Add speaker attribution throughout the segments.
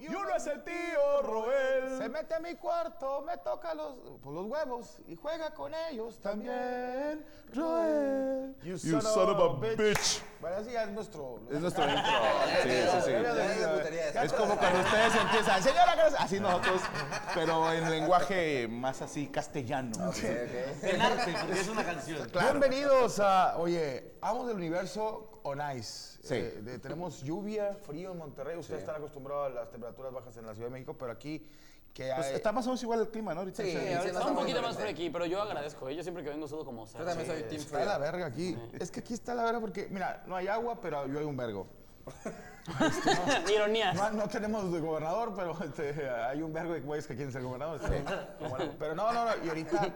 Speaker 1: y uno es el tío Roel.
Speaker 2: Se mete a mi cuarto, me toca los, por los huevos y juega con ellos también. Roel.
Speaker 1: You son, of a bitch.
Speaker 2: Bueno, así ya es nuestro.
Speaker 1: Es nuestro intro. Sí, sí, sí.
Speaker 2: Ya les gustaría eso.
Speaker 1: Es como cuando ustedes empiezan, señora, ¿qué es?" así nosotros, pero en lenguaje más así castellano.
Speaker 3: es una canción.
Speaker 2: Bienvenidos a, oye, Amos del Universo on Ice.
Speaker 1: Sí.
Speaker 2: Eh, de- tenemos lluvia, frío en Monterrey. Ustedes están acostumbrados a las temperaturas bajas en la Ciudad de México, pero aquí que
Speaker 1: Pues
Speaker 2: hay...
Speaker 1: está más o menos igual el clima, ¿no? Ahorita.
Speaker 2: Sí,
Speaker 1: O sea,
Speaker 2: ahorita
Speaker 3: Está un poquito más por aquí, pero yo agradezco. ¿eh? Yo siempre que vengo sudo como sea.
Speaker 2: Sí, Está la verga aquí. Es que aquí está la verga porque, mira, no hay agua, pero yo hay un vergo.
Speaker 3: Ironías.
Speaker 2: No, no tenemos de gobernador, pero este, hay un vergo de güeyes que quieren ser gobernador. este, bueno, pero no, no, no. Y ahorita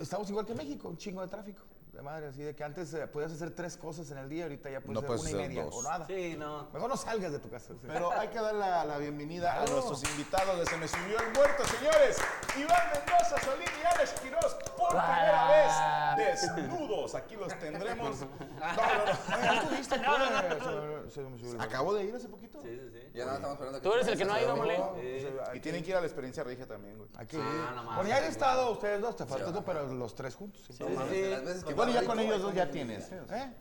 Speaker 2: estamos igual que México, un chingo de tráfico. De madre, así de que antes eh, podías hacer tres cosas en el día, ahorita ya puedes
Speaker 1: No
Speaker 2: hacer
Speaker 1: puedes
Speaker 2: una y
Speaker 1: hacer
Speaker 2: media
Speaker 1: dos.
Speaker 2: o nada.
Speaker 3: Sí, no.
Speaker 2: Mejor no salgas de tu casa. sí.
Speaker 1: Pero hay que dar la, la bienvenida a nuestros invitados de Se Me Subió el Muerto, señores. Iván Mendoza, Solín y Alex Quiroz, por primera vez desnudos. Aquí los tendremos. No, no, no.
Speaker 2: ¿Estuviste tú, eh, sobre- sobre- sobre-
Speaker 1: Acabo de ir hace poquito.
Speaker 4: Ya nada, estamos esperando que
Speaker 3: Tú eres el que no ha ido, mole.
Speaker 1: Y tienen que ir a la experiencia regia también, güey.
Speaker 2: Aquí.
Speaker 3: Ah,
Speaker 2: bueno, ya han estado ustedes dos, te faltó tú, pero los tres juntos. sí.
Speaker 4: Las veces que
Speaker 1: Bueno,
Speaker 4: vas
Speaker 1: ya
Speaker 4: ahí,
Speaker 1: con
Speaker 4: tú,
Speaker 1: ellos
Speaker 4: ahí,
Speaker 1: dos
Speaker 4: ahí,
Speaker 1: ya
Speaker 4: ahí.
Speaker 1: tienes. ¿eh?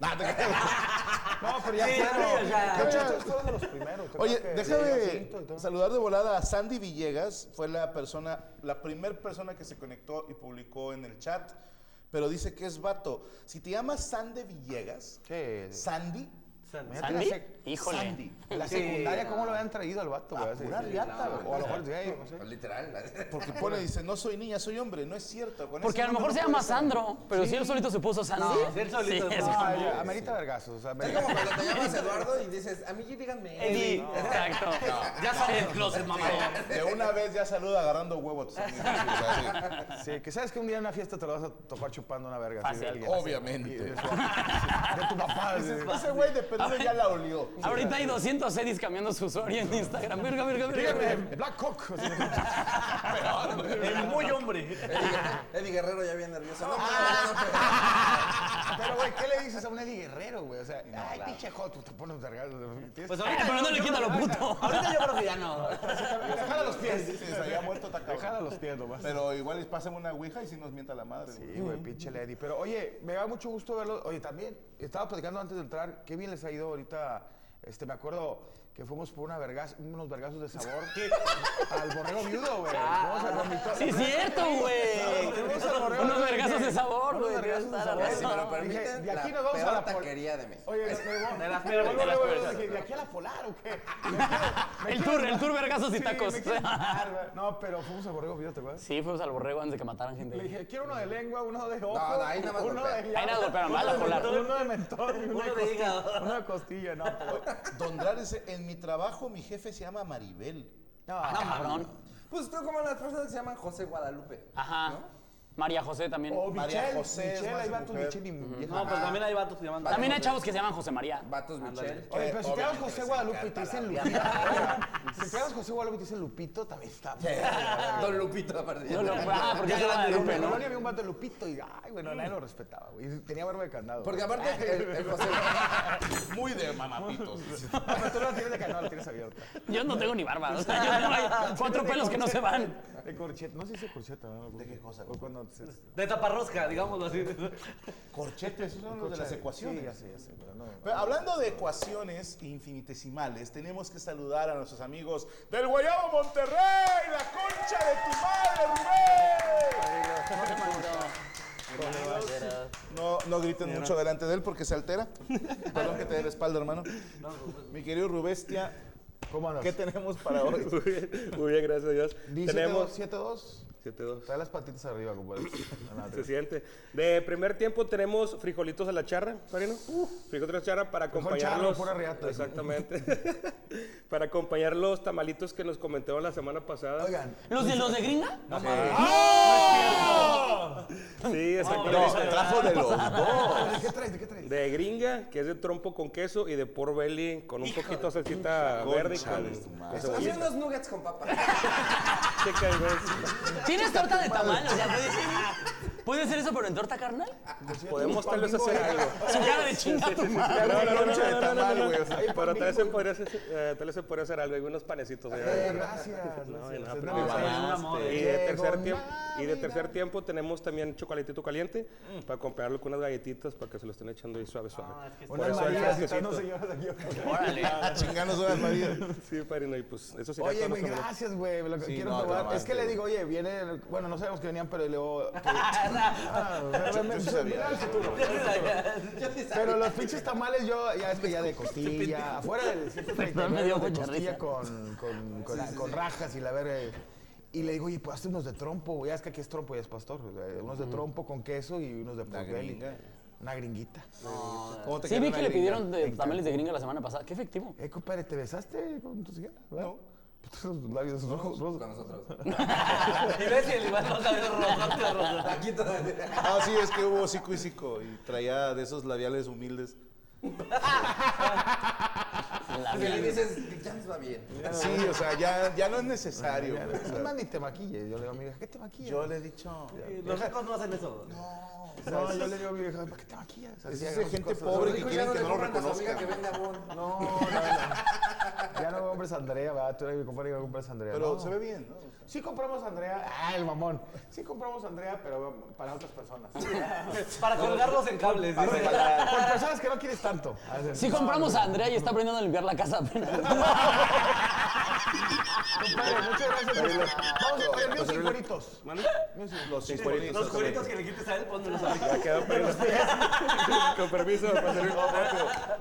Speaker 2: No, pero ya fueron. De hecho, ustedes fueron de los primeros. creo
Speaker 1: Oye,
Speaker 2: que
Speaker 1: deja
Speaker 2: Jacinto Eh, y
Speaker 1: de
Speaker 2: todo.
Speaker 1: saludar de volada a Sandy Villegas. Fue la persona, la primer persona que se conectó y publicó en el chat. Pero dice que es vato. Si te llamas Sandy Villegas,
Speaker 2: Sí.
Speaker 1: Sandy,
Speaker 3: ¿Sandy?
Speaker 1: Sandy.
Speaker 3: Híjole.
Speaker 2: La secundaria, ¿cómo lo habían traído al vato? güey? Así,
Speaker 1: Ah, pura
Speaker 2: sí,
Speaker 1: riata,
Speaker 2: no,
Speaker 1: güey.
Speaker 2: O a lo mejor, sí, no sé.
Speaker 4: Pues, Literal.
Speaker 1: Porque pone, dice, no soy niña, soy hombre. No es cierto. con
Speaker 3: Porque
Speaker 1: ese
Speaker 3: a lo
Speaker 1: nombre
Speaker 3: mejor
Speaker 1: no
Speaker 3: se llama
Speaker 1: puedes ser-
Speaker 3: Sandro, pero si él solito se puso Sandy. Sí, él solito.
Speaker 2: Ah, ya, Amerita vergazos. O sea,
Speaker 4: Es
Speaker 2: verga-
Speaker 4: como cuando te llamas Eduardo y dices, a mí díganme.
Speaker 2: Eh,
Speaker 4: Eli".
Speaker 3: Exacto. Ya sale del closet, mamá.
Speaker 1: De una vez ya saluda agarrando huevo a tus amigos.
Speaker 2: Sí, que sabes que un día en una fiesta te lo vas a tocar chupando una verga. así, de alguien.
Speaker 1: Obviamente.
Speaker 2: De su- de tu papá. así.
Speaker 1: Ese güey de peludo ya la olió.
Speaker 3: Ahorita hay 200 edis cambiando su usuario en Instagram. Verga, verga,
Speaker 2: Dígame,
Speaker 3: verga.
Speaker 2: Black Cock. así.
Speaker 3: Muy hombre.
Speaker 4: Eddie Guerrero ya bien nervioso. No,
Speaker 1: Ah,
Speaker 2: Pero, güey, ¿qué le dices a un Eddie Guerrero, güey? O sea, ay, pinche hot, te pones vergas. Pues
Speaker 3: Pero no le quita lo puto.
Speaker 4: Ahorita yo creo que ya no.
Speaker 1: Dejala a los pies. Sí, se había muerto tan cabrón.
Speaker 2: Dejala a los pies nomás.
Speaker 1: Pero igual pasen una ouija y si nos mienta la madre.
Speaker 2: Sí, güey, pinche Lady. Pero oye, me da mucho gusto verlos. Oye, también, estaba platicando antes de entrar, qué bien les ha ido ahorita. Este, me acuerdo que fuimos por una vergas- unos vergazos de sabor al borrego viudo, güey. Fuimos al vomito-
Speaker 3: Ah. Sí, es cierto,
Speaker 2: Fuimos al
Speaker 3: güey.
Speaker 2: borrego
Speaker 3: Unos
Speaker 2: viudo,
Speaker 3: vergazos de
Speaker 2: dije,
Speaker 3: sabor,
Speaker 2: unos
Speaker 3: güey.
Speaker 2: vergazos de
Speaker 3: Tienes toda
Speaker 2: sabor.
Speaker 3: la
Speaker 4: Si me lo
Speaker 3: razón.
Speaker 4: permiten,
Speaker 2: Dije, de aquí
Speaker 4: la
Speaker 2: nos vamos a la
Speaker 4: peor
Speaker 2: pol-
Speaker 4: taquería de México.
Speaker 2: Oye, me
Speaker 3: las peores,
Speaker 2: me
Speaker 3: de las
Speaker 2: volví-
Speaker 3: peores.
Speaker 2: dije, de aquí a la polar o qué?
Speaker 3: El tour, el tour vergazos y
Speaker 2: Sí,
Speaker 3: tacos.
Speaker 2: me quieren matar, güey. No, pero fuimos al borrego viudo, ¿te acuerdas?
Speaker 3: Sí, fuimos al borrego antes de que mataran gente.
Speaker 2: Le dije, quiero uno de lengua, uno de ojo,
Speaker 4: No, no, ahí nada más
Speaker 2: uno
Speaker 4: golpea.
Speaker 2: de llave,
Speaker 3: Ahí nada más golpearon, va a la
Speaker 2: uno de
Speaker 3: polar.
Speaker 2: mentón, Uno de mentón, uno de hígado. Uno de costilla, no. pues, pero-
Speaker 1: Don Drar dice, en mi trabajo mi jefe se llama Maribel.
Speaker 2: No,
Speaker 3: Ah, cabrón.
Speaker 4: Pues tú como las personas que se llaman José Guadalupe.
Speaker 3: Ajá. María José también.
Speaker 2: O
Speaker 1: María
Speaker 2: Michelle,
Speaker 1: José es
Speaker 2: Michelle,
Speaker 1: más
Speaker 2: hay
Speaker 1: de
Speaker 2: vatos
Speaker 1: mujer.
Speaker 2: Michelle y vieja.
Speaker 5: No, pero también hay vatos que se llaman.
Speaker 3: pues, También hay chavos que se llaman José María.
Speaker 4: Vatos Michelle.
Speaker 2: Oye, pero si te llamas
Speaker 4: Obviamente
Speaker 2: José
Speaker 4: les
Speaker 2: Guadalupe y te
Speaker 4: encanta
Speaker 2: dicen
Speaker 4: la
Speaker 2: Lupita, si te llamas José Guadalupe y te dicen Lupito, también está.
Speaker 4: vida. Don Lupito, aparte.
Speaker 3: Don Lupe, ah, porque es
Speaker 2: En
Speaker 3: Guadalupe,
Speaker 2: mi
Speaker 3: ¿no?
Speaker 2: colonia había un vato de Lupito y, ay, bueno, nadie lo respetaba, güey. Tenía barba de candado.
Speaker 4: Porque aparte el, el José.
Speaker 1: Ah, Muy de mamapitos.
Speaker 2: Pero tú no la tienes de candado, la tienes abierta.
Speaker 3: Yo no tengo ni barba. O sea, yo no hay cuatro
Speaker 2: De
Speaker 3: pelos que no se
Speaker 2: corcheta,
Speaker 3: van.
Speaker 2: De corcheta, no se dice corcheta, ¿no? ¿De qué cosa? Cuando se-
Speaker 5: De taparrosca, digámoslo así.
Speaker 1: Corchete, esos son los de las ecuaciones.
Speaker 2: Sí, ya sé, ya sé, pero no.
Speaker 1: Pero hablando de ecuaciones infinitesimales, tenemos que saludar a nuestros amigos del Guayabo Monterrey, la concha de tu madre, Rubén. No, no griten mucho delante de él porque se altera. Perdón que te dé la espalda, hermano. Mi querido Rubestia,
Speaker 2: ¿Cómo andas?
Speaker 1: ¿qué tenemos para hoy?
Speaker 6: Muy bien, muy bien, gracias a Dios.
Speaker 2: Tenemos
Speaker 6: Tenemos
Speaker 2: 7-2.
Speaker 6: 7-2.
Speaker 2: Trae las patitas arriba, compadre. Nada,
Speaker 6: Se siente. De primer tiempo tenemos frijolitos a la charra, Marino. frijolitos a la charra para
Speaker 2: Mejor
Speaker 6: acompañarlos.
Speaker 2: charro, pura reata.
Speaker 6: Exactamente. para acompañar los tamalitos que nos comentaron la semana pasada.
Speaker 2: Oigan,
Speaker 3: ¿Los de los de gringa? No,
Speaker 6: Sí,
Speaker 1: No,
Speaker 6: exactamente.
Speaker 1: trajo de los dos.
Speaker 2: ¿de qué traes? ¿De qué traes?
Speaker 6: de gringa, que es de trompo con queso, y de pork belly con un poquito de salsita verde. y
Speaker 1: Concha de
Speaker 6: con-
Speaker 1: tu
Speaker 6: con
Speaker 1: madre.
Speaker 4: Hace
Speaker 6: cebollita.
Speaker 4: unos nuggets con papa.
Speaker 6: Checa, güey.
Speaker 3: ¿Tienes torta de tamal? O sea, puede ser, puede ser eso, pero en torta carnal.
Speaker 4: Ah,
Speaker 6: Podemos tal vez hacer algo.
Speaker 3: Su cara de chinga tu
Speaker 6: No,
Speaker 3: madre.
Speaker 6: no, no, no,
Speaker 1: Loncha de
Speaker 6: no, no,
Speaker 1: tamal,
Speaker 6: no, no.
Speaker 1: güey, o sea,
Speaker 6: Ay, Pero tal vez se podría hacer, eh, tal vez se podría hacer algo, algunos panecitos. ahí,
Speaker 2: Eh,
Speaker 6: ahí.
Speaker 2: gracias.
Speaker 6: No,
Speaker 2: gracias.
Speaker 6: pues, no,
Speaker 2: Es
Speaker 6: pero-
Speaker 2: nada más.
Speaker 5: un amor.
Speaker 6: Y de,
Speaker 2: Llegó
Speaker 6: tercer tiempo, y de tercer tiempo tenemos también chocolatito caliente para acompañarlo con unas galletitas para que se lo estén echando ahí suave, suave. Por
Speaker 2: Unas
Speaker 6: eso el
Speaker 2: Marías,
Speaker 6: frasquecito.
Speaker 2: estando señoras aquí.
Speaker 1: A chingarnos unas maridas.
Speaker 6: Sí, padrino, y pues eso sería
Speaker 2: Oye,
Speaker 6: todo lo
Speaker 2: güey,
Speaker 6: que me-
Speaker 2: gracias, güey. Lo que
Speaker 1: Sí,
Speaker 2: quiero
Speaker 1: no,
Speaker 2: probar.
Speaker 1: acabaste,
Speaker 2: es que le
Speaker 1: güey.
Speaker 2: digo, oye, viene. el- Bueno, no sabemos que venían, pero luego.
Speaker 3: Ah,
Speaker 1: Yo- yo sí sabía.
Speaker 2: Pero los pinches tamales, yo ya es que ya de costilla. afuera del 139
Speaker 3: Me dio
Speaker 2: de
Speaker 3: mucha
Speaker 2: costilla
Speaker 3: risa.
Speaker 2: con, con, con, con rajas y la verga. Y le digo, oye, pues hazte unos de trompo, güey. Ya es que aquí es trompo y es pastor. o sea, unos de trompo con queso y unos de pork belly.
Speaker 1: gringa.
Speaker 2: Una gringuita.
Speaker 1: ¿Cómo te
Speaker 3: Sí,
Speaker 1: quedó
Speaker 3: vi
Speaker 1: la
Speaker 3: que le
Speaker 1: gringa?
Speaker 3: pidieron de tamales de gringa la semana pasada. Qué efectivo.
Speaker 2: Eh, compadre, ¿te besaste con tu señora? No. Los labios rojos, rojos.
Speaker 4: Con nosotros.
Speaker 5: Y ves que el igual no sabe rosote, rosote.
Speaker 4: Aquí todo.
Speaker 1: Ah, sí, es que hubo cico y cico y traía de esos labiales humildes.
Speaker 4: Y le dices, ya nos va bien.
Speaker 1: Sí, o sea, ya, ya no es necesario. güey, o sea,
Speaker 2: No más ni te maquilles. Yo le digo, mira, ¿qué te maquillas?
Speaker 1: yo le he dicho.
Speaker 5: Los ricos no hacen eso.
Speaker 2: No, yo le digo a mi vieja, ¿para qué te maquillas? Así
Speaker 1: Es esa
Speaker 2: hagamos
Speaker 1: gente
Speaker 2: cosas.
Speaker 1: pobre que
Speaker 4: Rico,
Speaker 1: quieren
Speaker 4: ya
Speaker 1: que
Speaker 4: le
Speaker 1: no lo
Speaker 4: compran a su amiga
Speaker 1: reconozcan.
Speaker 4: que vende abón.
Speaker 2: No, no, no. Ya no compres Andrea, ¿verdad? Tú eres mi compadre y no compras Andrea.
Speaker 1: Pero
Speaker 2: No.
Speaker 1: se ve bien, ¿no?
Speaker 2: Sí compramos Andrea. Ah, el mamón. Sí compramos Andrea, pero para otras personas.
Speaker 5: Para colgarlos en cables, dice.
Speaker 2: Por personas que no quieres tanto.
Speaker 3: Sí compramos a Andrea y está aprendiendo a limpiar la casa apenas.
Speaker 2: Compadre, muchas gracias. Vamos a poner music cueritos.
Speaker 1: Los
Speaker 5: Los
Speaker 1: chisporitos.
Speaker 5: cueritos que le quites a él, pónmelos a mí.
Speaker 6: Ya quedó, padrino. Con permiso, para servir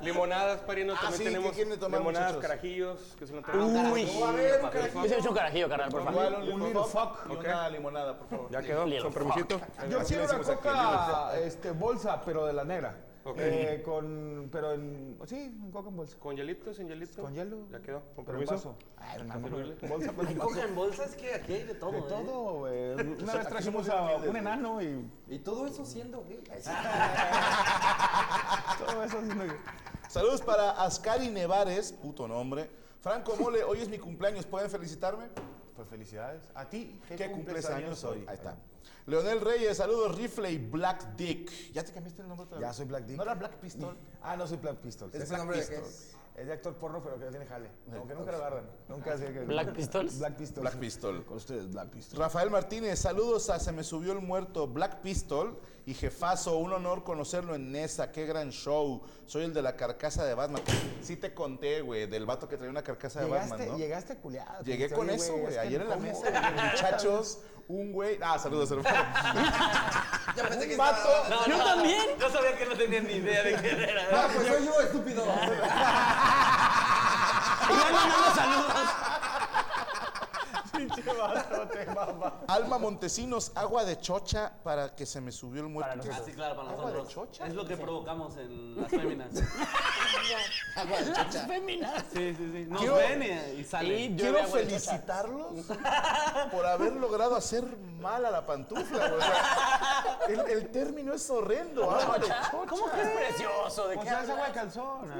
Speaker 6: Limonadas, padrino,
Speaker 1: Ah,
Speaker 6: también
Speaker 1: sí, ¿qué
Speaker 6: tenemos
Speaker 1: quieren tomar,
Speaker 6: limonadas,
Speaker 1: muchachos?
Speaker 6: carajillos, que es una
Speaker 3: Yo se hecho un carajillo, carnal, por favor.
Speaker 1: Igual un little fuck y una limonada, por favor.
Speaker 6: Ya quedó,
Speaker 3: Little
Speaker 6: con permisito.
Speaker 2: Yo quiero una
Speaker 1: decimos aquí,
Speaker 2: coca este, bolsa, pero de la negra. Eh, con, pero en, sí, en coca en bolsa.
Speaker 6: Con hielito, sin hielito.
Speaker 2: Con hielo.
Speaker 6: Ya quedó, con
Speaker 2: Pero en
Speaker 6: permiso.
Speaker 2: vaso. Ay, hermano, bolsa, pero en vaso.
Speaker 5: Coca en bolsa, es que aquí hay de todo, ¿eh?
Speaker 2: pues, Todo, güey. Una
Speaker 1: sea,
Speaker 2: vez
Speaker 1: aquí
Speaker 2: trajimos
Speaker 1: somos bien
Speaker 2: a
Speaker 1: humildes,
Speaker 2: un enano y
Speaker 4: Y todo eso siendo gay. Ay, sí.
Speaker 2: todo eso haciendo que-
Speaker 1: Saludos para Ascari Nevares, puto nombre. Franco Mole, hoy es mi cumpleaños, ¿pueden felicitarme? Pues felicidades. ¿A ti? ¿Qué, cumples años hoy? Ahí está. Leonel Reyes, saludos, Rifle y Black Dick. ¿Ya te cambiaste el nombre otra vez?
Speaker 2: Ya soy Black Dick.
Speaker 1: ¿No era Black Pistol?
Speaker 2: Ah, no soy Black Pistol.
Speaker 4: ¿Ese
Speaker 2: Black
Speaker 4: nombre de qué
Speaker 2: Pistol.
Speaker 4: es?
Speaker 2: Es de actor porno, pero que no tiene jale. Como que nunca lo agarran. Nunca sé que.
Speaker 3: ¿Black Pistols?
Speaker 2: Black Pistol.
Speaker 1: Black Pistol.
Speaker 2: Con ustedes, Black Pistol.
Speaker 1: Rafael Martínez, saludos a Se me subió el muerto Black Pistol y jefazo, un honor conocerlo en Nesa, qué gran show. Soy el de la carcasa de Batman. Sí te conté, güey, del vato que traía una carcasa de
Speaker 2: Llegaste,
Speaker 1: Batman, ¿no?
Speaker 2: llegaste culiado.
Speaker 1: Llegué con eso, güey, ayer en la mesa, güey, muchachos, un güey, ah, saludos, hermano.
Speaker 4: Yo pensé que
Speaker 1: Un vato.
Speaker 4: estaba-
Speaker 5: No,
Speaker 3: ¿Yo
Speaker 5: no,
Speaker 3: también?
Speaker 5: Yo sabía que no tenían ni idea de quién era.
Speaker 4: Ah, pues soy yo, estúpido.
Speaker 3: Y van mandando saludos.
Speaker 1: Alma Montesinos, agua de chocha para que se me subió el muerto.
Speaker 3: Para
Speaker 7: Ah,
Speaker 3: nosotros. Sí, claro, para
Speaker 1: ¿Agua
Speaker 3: nosotros.
Speaker 1: de chocha?
Speaker 3: Es lo que provocamos en las féminas.
Speaker 4: Agua de chocha.
Speaker 3: Sí, sí, sí. Nos
Speaker 1: Quiero-
Speaker 3: ven y, y salen.
Speaker 1: Quiero felicitarlos por haber logrado hacer mal a la pantufla. o sea, el, el término es horrendo, ¿ah? agua de chocha.
Speaker 3: ¿Cómo que es precioso? ¿De
Speaker 2: O
Speaker 3: qué
Speaker 2: sea, es Pues, agua de
Speaker 3: hablas?
Speaker 2: calzón.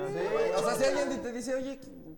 Speaker 4: O sea, si alguien te dice, oye, ¿qu-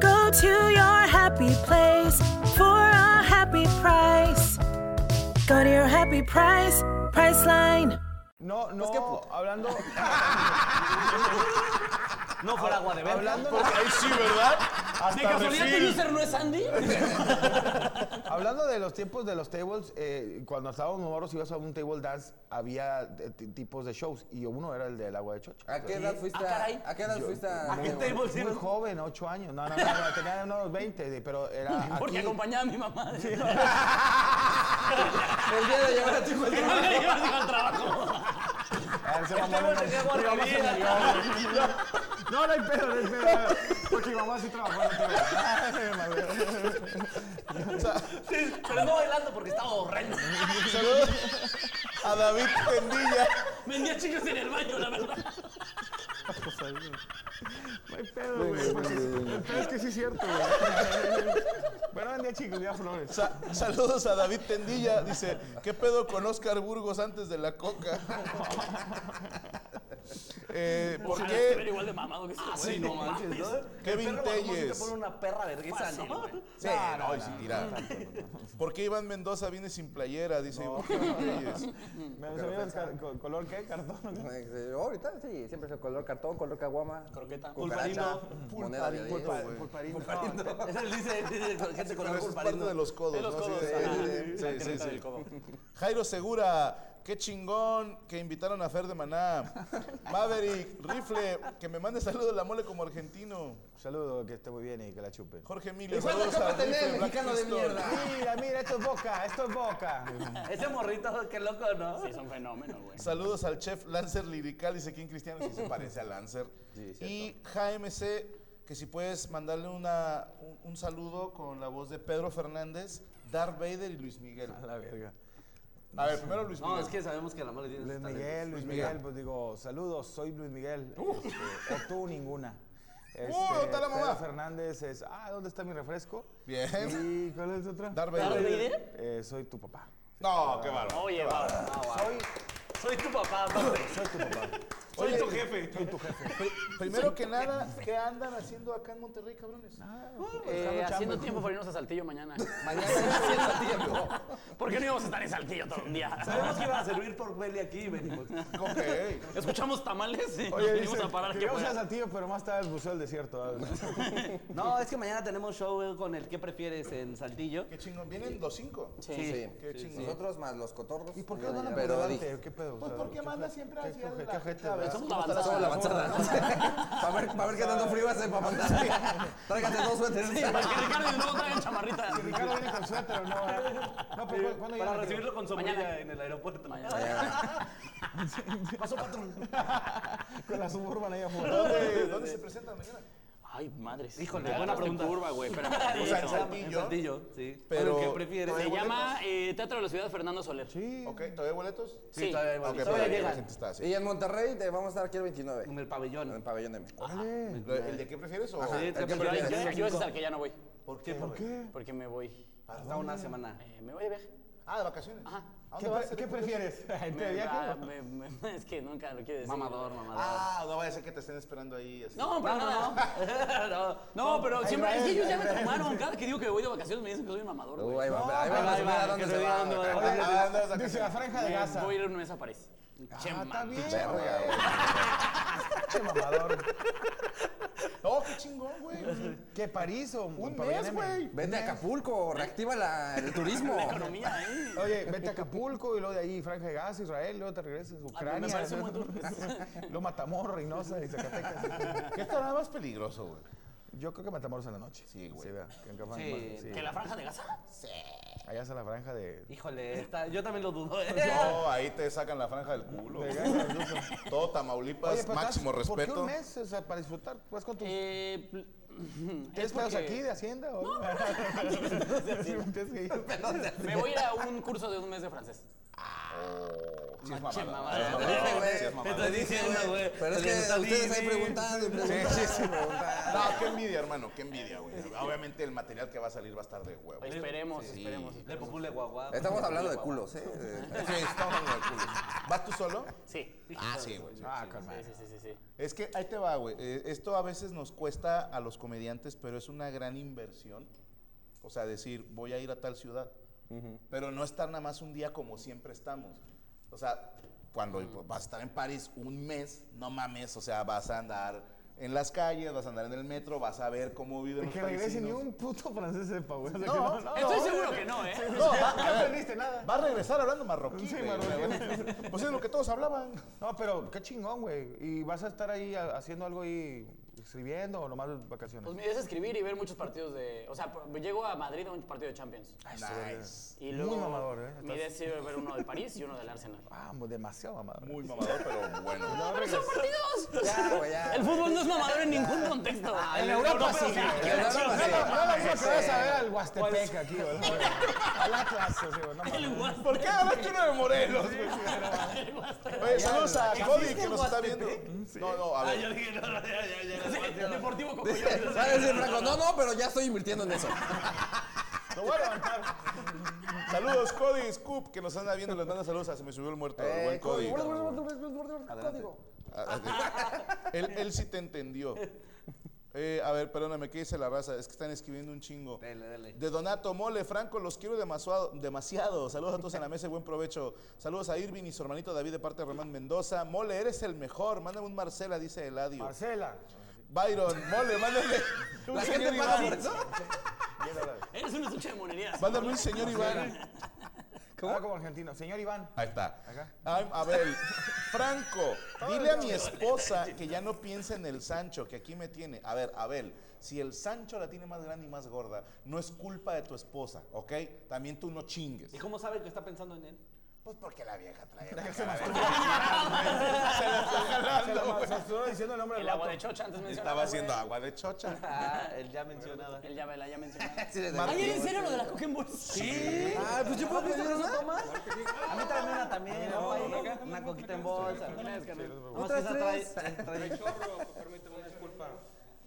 Speaker 8: Go to your happy place for a happy price. Go to your happy price, Priceline.
Speaker 2: No, no, hablando,
Speaker 3: No fuera agua de verga.
Speaker 2: hablando,
Speaker 1: Ahí sí, ¿verdad?
Speaker 3: ¿De
Speaker 1: Hasta
Speaker 3: casualidad tu
Speaker 1: refil.
Speaker 3: user no es Andy?
Speaker 2: hablando de los tiempos de los tables, eh, cuando estábamos morros ibas a un table dance, había de- t- tipos de shows y uno era el del agua de chocha.
Speaker 4: ¿A qué edad fuiste a,
Speaker 3: Ah, caray.
Speaker 4: ¿a qué edad fuiste a...
Speaker 3: ¿A qué table sí?
Speaker 2: Muy joven, ocho años. No, no, no, no, tenía unos 20, de- pero era aquí.
Speaker 3: Porque acompañaba a mi mamá.
Speaker 4: El día de llevar a tu hijo al trabajo.
Speaker 2: A ver, se mamó,
Speaker 3: tengo
Speaker 2: no,
Speaker 3: que
Speaker 2: no,
Speaker 3: guardar
Speaker 2: mi mamá se
Speaker 3: vida.
Speaker 2: murió, güey. No, no hay pedo, no hay pedo. no hay pedo. Porque mi mamá sí trabajó en el table.
Speaker 3: Sí, pero no bailando porque estaba horrendo.
Speaker 1: Saludos a David Tendilla.
Speaker 3: Vendía chicas en el baño, la verdad.
Speaker 2: No hay pedo, güey. porque- el pedo es que sí es cierto, güey. Bueno, vendía chicos, ya flores.
Speaker 1: Sa- saludos a David Tendilla. Dice, ¿qué pedo con Oscar Burgos antes de la coca? Eh, ¿Por
Speaker 3: Pero
Speaker 1: qué?
Speaker 3: igual de mamado que este güey. no manches, ¿no?
Speaker 1: Kevin
Speaker 3: Te
Speaker 1: Telles.
Speaker 3: pone una perra vergüenza, ¿no?
Speaker 1: Sí, no, y sin tirar. ¿Por qué Iván Mendoza viene sin playera? Dice Iván Telles.
Speaker 2: Me han salido el ca- co- color qué, cartón.
Speaker 4: Eh, Ahorita sí, siempre es el color cartón, color caguama. Croqueta.
Speaker 3: Pulparindo.
Speaker 4: Moneda de diez.
Speaker 3: Esa le dice, dice gente con
Speaker 1: Pero
Speaker 3: algo
Speaker 1: eso es
Speaker 3: pulparindo.
Speaker 1: parte de los codos,
Speaker 3: De los
Speaker 1: ¿no?
Speaker 3: codos,
Speaker 1: Sí,
Speaker 3: ajá.
Speaker 1: sí, sí,
Speaker 3: La
Speaker 1: sí,
Speaker 3: creta
Speaker 1: sí.
Speaker 3: del codo.
Speaker 1: Jairo Segura, qué chingón que invitaron a Fer de Maná. Maverick, Rifle, que me mande saludos la mole como argentino.
Speaker 2: Saludo, que esté muy bien y que la chupen.
Speaker 1: Jorge Emilio,
Speaker 4: ¿Y cuánta
Speaker 1: saludos a
Speaker 4: copa tenés,
Speaker 1: Rifle, Black
Speaker 4: mexicano de
Speaker 1: Pistol.
Speaker 4: mierda?
Speaker 2: Mira, mira, esto es boca, esto es boca.
Speaker 3: Ese morrito, qué loco, ¿no? Sí, es un fenómeno, güey.
Speaker 1: Saludos al chef Lancer Lirical, dice King Cristiano, si se parece a Lancer. y JMC, que si puedes mandarle una, un, un saludo con la voz de Pedro Fernández, Darth Vader y Luis Miguel.
Speaker 2: A la verga.
Speaker 1: A ver, primero Luis Miguel.
Speaker 3: No, es que sabemos que la mole tiene
Speaker 2: Luis
Speaker 3: sus
Speaker 2: Miguel,
Speaker 3: talentos.
Speaker 2: Luis Miguel, pues digo, saludos, soy Luis Miguel. Este, o tú ninguna. Este,
Speaker 1: ¿dónde está la mamá?
Speaker 2: Pedro Fernández es, ah, ¿dónde está mi refresco?
Speaker 1: Bien.
Speaker 2: ¿Y cuál es otra?
Speaker 1: Darth Vader.
Speaker 2: Eh, soy tu papá.
Speaker 1: No, qué bárbaro.
Speaker 3: Oye, va, va, va. Soy, tu papá, padre. Soy tu papá. Soy eh, tu jefe.
Speaker 1: Pri- Primero que nada, ¿qué andan haciendo acá en Monterrey, cabrones?
Speaker 3: Eh, haciendo tiempo para irnos a Saltillo mañana.
Speaker 4: Mañana es el tiempo.
Speaker 3: ¿Por qué no íbamos a estar en Saltillo todo un día? Sabemos que iban a servir por Belly aquí y venimos.
Speaker 1: Ok.
Speaker 3: Escuchamos tamales y
Speaker 2: Oye,
Speaker 3: venimos
Speaker 2: dice,
Speaker 3: a parar que
Speaker 2: queríamos ir a
Speaker 3: fuera.
Speaker 2: Saltillo, pero más tarde el buceo del desierto. ah,
Speaker 5: No, es que mañana tenemos show con el que prefieres en Saltillo.
Speaker 1: Qué chingón. ¿Vienen los cinco? Sí.
Speaker 4: Sí.
Speaker 1: Qué chingón.
Speaker 4: Nosotros más los cotorros.
Speaker 2: ¿Y por qué
Speaker 4: Yo
Speaker 2: no van a
Speaker 4: pero
Speaker 2: Bogavante?
Speaker 4: dije,
Speaker 2: ¿Qué pedo?
Speaker 1: Pues porque manda siempre hacia
Speaker 2: ojete-
Speaker 1: la
Speaker 2: qué ojete,
Speaker 1: chava.
Speaker 2: ¿verdad? Pues
Speaker 1: Somos
Speaker 3: la
Speaker 1: avanzadas.
Speaker 4: Toda la avanzada. Para ver, pa' ver qué tanto frío hace para mandar. Tráigate dos suéteres.
Speaker 3: Para que Ricardo y luego traigan chamarrita.
Speaker 2: Si Ricardo viene con suéter o no. ¿eh? No, pero ¿cu- ¿cuándo
Speaker 3: Para
Speaker 2: llegan?
Speaker 3: recibirlo con sombrilla en el aeropuerto. Pasó patrón.
Speaker 2: Con la suburban ahí afuera.
Speaker 1: ¿Dónde, ¿Dónde se presentan mañana?
Speaker 3: Ay, madres. Híjole, buena pregunta. curva, güey.
Speaker 1: O sea, en
Speaker 5: En
Speaker 1: Saltillo.
Speaker 5: Saltillo, sí.
Speaker 1: Pero-
Speaker 5: ¿Qué prefieres?
Speaker 3: Se llama eh, Teatro de la Ciudad Fernando Soler.
Speaker 1: Ok, ¿todavía hay boletos?
Speaker 3: Sí.
Speaker 4: todavía hay
Speaker 1: Ok,
Speaker 4: boletos.
Speaker 1: todavía
Speaker 4: Todavía
Speaker 1: la
Speaker 4: llegan.
Speaker 1: gente está así.
Speaker 4: Y en Monterrey te vamos a estar aquí el 29.
Speaker 5: En el
Speaker 4: En el
Speaker 5: pabellón.
Speaker 4: pabellón de México.
Speaker 1: ¿Lo- ¿El de qué prefieres o...?
Speaker 4: el que
Speaker 3: Pero hay-
Speaker 4: prefieres.
Speaker 3: yo, yo ese es al que ya no voy.
Speaker 5: ¿Por qué? ¿Por qué?
Speaker 3: Porque me voy.
Speaker 5: Hasta una semana.
Speaker 3: Eh, me voy de viaje.
Speaker 1: Ah, de vacaciones. ¿A
Speaker 2: ¿Qué,
Speaker 1: dónde vas?
Speaker 2: pre- qué prefieres? ¿Gente de
Speaker 3: Me-
Speaker 2: viaje?
Speaker 3: ah, me- me- es que nunca lo quiero decir.
Speaker 5: Mamador, mamador.
Speaker 1: Ah, no vaya a ser que te estén esperando ahí. así.
Speaker 3: No, pero nada. no, pero siempre. Es que ellos ya me tomaron. Cada que digo que voy de vacaciones me dicen que soy mamador,
Speaker 4: Uh,
Speaker 3: güey.
Speaker 4: ahí va, ahí va,
Speaker 3: ahí va,
Speaker 4: a
Speaker 3: ahí va,
Speaker 4: ver dónde
Speaker 3: que
Speaker 4: se
Speaker 3: te
Speaker 4: va.
Speaker 3: diga dónde va.
Speaker 1: Ah, ah, andas de
Speaker 2: Dice la franja de
Speaker 3: Me
Speaker 2: Gaza. Ah,
Speaker 3: Voy a ir un mes a París. Che, man,
Speaker 2: bien.
Speaker 3: pinche-
Speaker 2: Qué mamador.
Speaker 1: No, qué chingón, güey.
Speaker 2: ¿Qué, París o
Speaker 1: Un
Speaker 2: pabellón
Speaker 1: mes,
Speaker 2: M?
Speaker 1: güey.
Speaker 4: Vete a Acapulco, reactiva la- el turismo.
Speaker 3: La economía, ¿eh?
Speaker 2: Oye, vete a Acapulco y luego de ahí Franja de Gaza, Israel, luego te regresas a Ucrania.
Speaker 3: me parece un buen tour.
Speaker 2: Lo Matamoros, Reynosa y Zacatecas.
Speaker 1: ¿Qué estará más peligroso, güey?
Speaker 2: Yo creo que Matamoros en la noche. Sí, güey. Sí, vea, que en Capán,
Speaker 3: Sí,
Speaker 2: sí.
Speaker 3: que la franja de Gaza.
Speaker 2: Allá está la franja de...
Speaker 5: Híjole, esta- yo también lo dudo, ¿eh?
Speaker 1: Pues No, ahí te sacan la franja del culo. güey. Todo Tamaulipas,
Speaker 2: pero
Speaker 1: máximo
Speaker 2: estás- pues, ¿por qué
Speaker 1: respeto.
Speaker 2: un mes? O sea, para disfrutar. ¿Vas con tus...
Speaker 3: Eh, pl-
Speaker 2: ¿Tienes
Speaker 3: es
Speaker 2: pedos
Speaker 3: porque
Speaker 2: aquí de Hacienda? o- Sí, tienes que ir.
Speaker 3: Me voy a ir a un curso de un mes de francés.
Speaker 1: Ah, Sí, es
Speaker 3: Che,
Speaker 1: mamada.
Speaker 3: mamada.
Speaker 4: Ese güey,
Speaker 1: Sí, es
Speaker 4: te
Speaker 1: mamada.
Speaker 4: estoy diciendo, güey. Pero es que ustedes ahí preguntando y preguntando. y preguntando.
Speaker 1: No, qué envidia, hermano, qué envidia, güey. Obviamente el material que va a salir va a estar de huevo.
Speaker 3: Esperemos, esperemos.
Speaker 5: Le popule guagua.
Speaker 4: Estamos hablando de culos, ¿eh? De-
Speaker 1: Sí, estamos hablando de culos. ¿Vas tú solo?
Speaker 3: Sí.
Speaker 1: Ah, sí, güey. Ah, calma.
Speaker 3: Sí, sí, sí, sí.
Speaker 1: Es que ahí te va, güey. Eh, esto a veces nos cuesta a los comediantes, pero es una gran inversión. O sea, decir, voy a ir a tal ciudad. Pero no estar nada más un día como siempre estamos. O sea, cuando vas a estar en París un mes, no mames. O sea, vas a andar en las calles, vas a andar en el metro, vas a ver cómo viven los
Speaker 2: Que regrese ni
Speaker 1: parisinos.
Speaker 2: un puto francés sepa, güey. O sea, que
Speaker 1: No,
Speaker 2: no.
Speaker 3: Estoy seguro que no, ¿eh?
Speaker 1: No, va,
Speaker 2: No aprendiste nada.
Speaker 1: va a regresar hablando marroquí.
Speaker 2: Sí,
Speaker 1: güey.
Speaker 2: marroquí.
Speaker 1: Pues es lo que todos hablaban.
Speaker 2: No, pero qué chingón, güey. ¿Y vas a estar ahí a- haciendo algo ahí, escribiendo o nomás vacaciones?
Speaker 3: Pues me es escribir y ver muchos partidos de. O sea, por- llego a Madrid a un partido de Champions.
Speaker 1: Nice.
Speaker 3: Y luego
Speaker 2: Muy mamador, ¿eh?
Speaker 3: Mi idea es ir a ver uno del París y uno del Arsenal. ¡Ah,
Speaker 2: Ah, mu- demasiado mamada.
Speaker 1: Muy mamador, pero bueno.
Speaker 3: ¡Partidos!
Speaker 4: Ya, güey, ya.
Speaker 3: El fútbol no es mamador en ningún contexto.
Speaker 2: En Europa
Speaker 3: Europeo,
Speaker 2: sí.
Speaker 3: o sea,
Speaker 4: En Europa sí.
Speaker 2: No, Pues- no, no, no, que vas a ver al
Speaker 3: ¿Cuál
Speaker 2: Huastepec
Speaker 3: es?
Speaker 2: aquí, güey. Al Atlas, así, güey. No mames.
Speaker 1: ¿Por qué hablas que uno de Morelos, güey? Oye, saludos a Cody que nos está viendo. No, no, a ver.
Speaker 3: Deportivo
Speaker 4: Dice,
Speaker 3: Cocoyote.
Speaker 4: va a decir Franco, no, no, pero ya estoy invirtiendo en eso.
Speaker 1: Lo voy a levantar. Saludos, Cody Scoop, que nos anda viendo. Les manda saludos a Se me subió el muerto. el
Speaker 2: Eh,
Speaker 1: buen Cody. Adelante. Ah, ah, él, él sí te entendió. Eh, a ver, perdóname, ¿qué dice la raza? Es que están escribiendo un chingo.
Speaker 5: Dele, dele.
Speaker 1: De Donato Mole, Franco, los quiero demasiado, demasiado. Saludos a todos en la mesa y buen provecho. Saludos a Irving y su hermanito David de parte de Román Mendoza. Mole, eres el mejor. Mándame un Marcela, dice Eladio.
Speaker 2: Marcela.
Speaker 1: Byron, mole, mándale. Un
Speaker 4: La
Speaker 1: señor
Speaker 4: gente paga
Speaker 1: Iván.
Speaker 4: por eso.
Speaker 3: Eres un estuche de monerías.
Speaker 1: Mándame un señor Iván.
Speaker 2: ¿Cómo? como argentino. Señor Iván.
Speaker 1: Ahí está. Ay, a ver, Franco, dile a mi esposa que ya no piense en el Sancho, que aquí me tiene. A ver, Abel, si el Sancho la tiene más grande y más gorda, no es culpa de tu esposa, ¿ok? También tú no chingues.
Speaker 5: ¿Y cómo sabe que está pensando en él?
Speaker 1: Pues porque la vieja trae.
Speaker 2: Se la ma- se estuvo diciendo el nombre del
Speaker 3: El agua
Speaker 2: vato.
Speaker 3: de chocha antes mencionaba.
Speaker 1: Estaba haciendo agua de chocha.
Speaker 5: Ah, él ya mencionaba.
Speaker 3: El ya me la ya mencionaba.
Speaker 4: Sí, desde-
Speaker 3: Ayer en serio lo de la coca en bolsa.
Speaker 4: Sí. Ah, pues yo puedo pedir una.
Speaker 5: A mí también una también, ¿no? Ahí, Una coquita en bolsa.
Speaker 4: Otras
Speaker 5: Otras tres.
Speaker 6: permíteme una disculpa.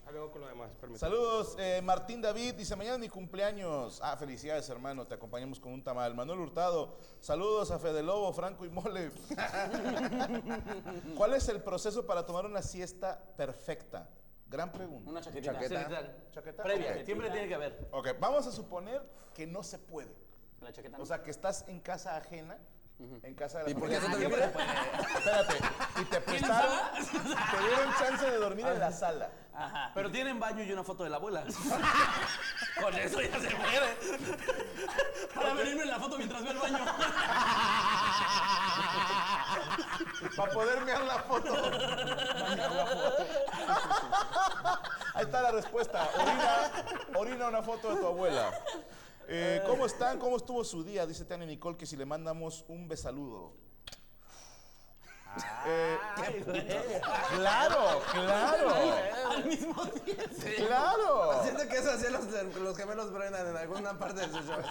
Speaker 6: Ahí vengo con lo demás, permíteme.
Speaker 1: Saludos, eh, Martín David dice, mañana es mi cumpleaños. Ah, felicidades, hermano, te acompañamos con un tamal. Manuel Hurtado, saludos a Fede Lobo, Franco y Mole. ¿Cuál es el proceso para tomar una siesta perfecta? Gran pregunta.
Speaker 3: Una chaquetita.
Speaker 4: Chaqueta.
Speaker 3: Sí,
Speaker 1: Chaqueta.
Speaker 5: Previa,
Speaker 1: Ok.
Speaker 5: siempre tiene que haber.
Speaker 1: Ok, vamos a suponer que no se puede.
Speaker 3: La chaqueta.
Speaker 1: O sea, que estás en casa ajena, en casa de la
Speaker 4: ¿Y por qué
Speaker 1: familia. Ah,
Speaker 4: no te libre?
Speaker 1: Espérate, y te prestaron, te dieron chance de dormir en la sala.
Speaker 5: Ajá. Pero tienen baño y una foto de la abuela.
Speaker 3: Con eso ya se puede. Para venirme en la foto mientras veo el baño.
Speaker 1: Para poder mirar la foto. Ahí está la respuesta. Orina, orina una foto de tu abuela. Eh, ¿Cómo están? ¿Cómo estuvo su día? Dice Tania Nicole que si le mandamos un besaludo. Eh, claro, claro,
Speaker 3: Al mismo tiempo.
Speaker 1: claro.
Speaker 4: Siento que eso hacían los, los gemelos Brennan en alguna parte de su show.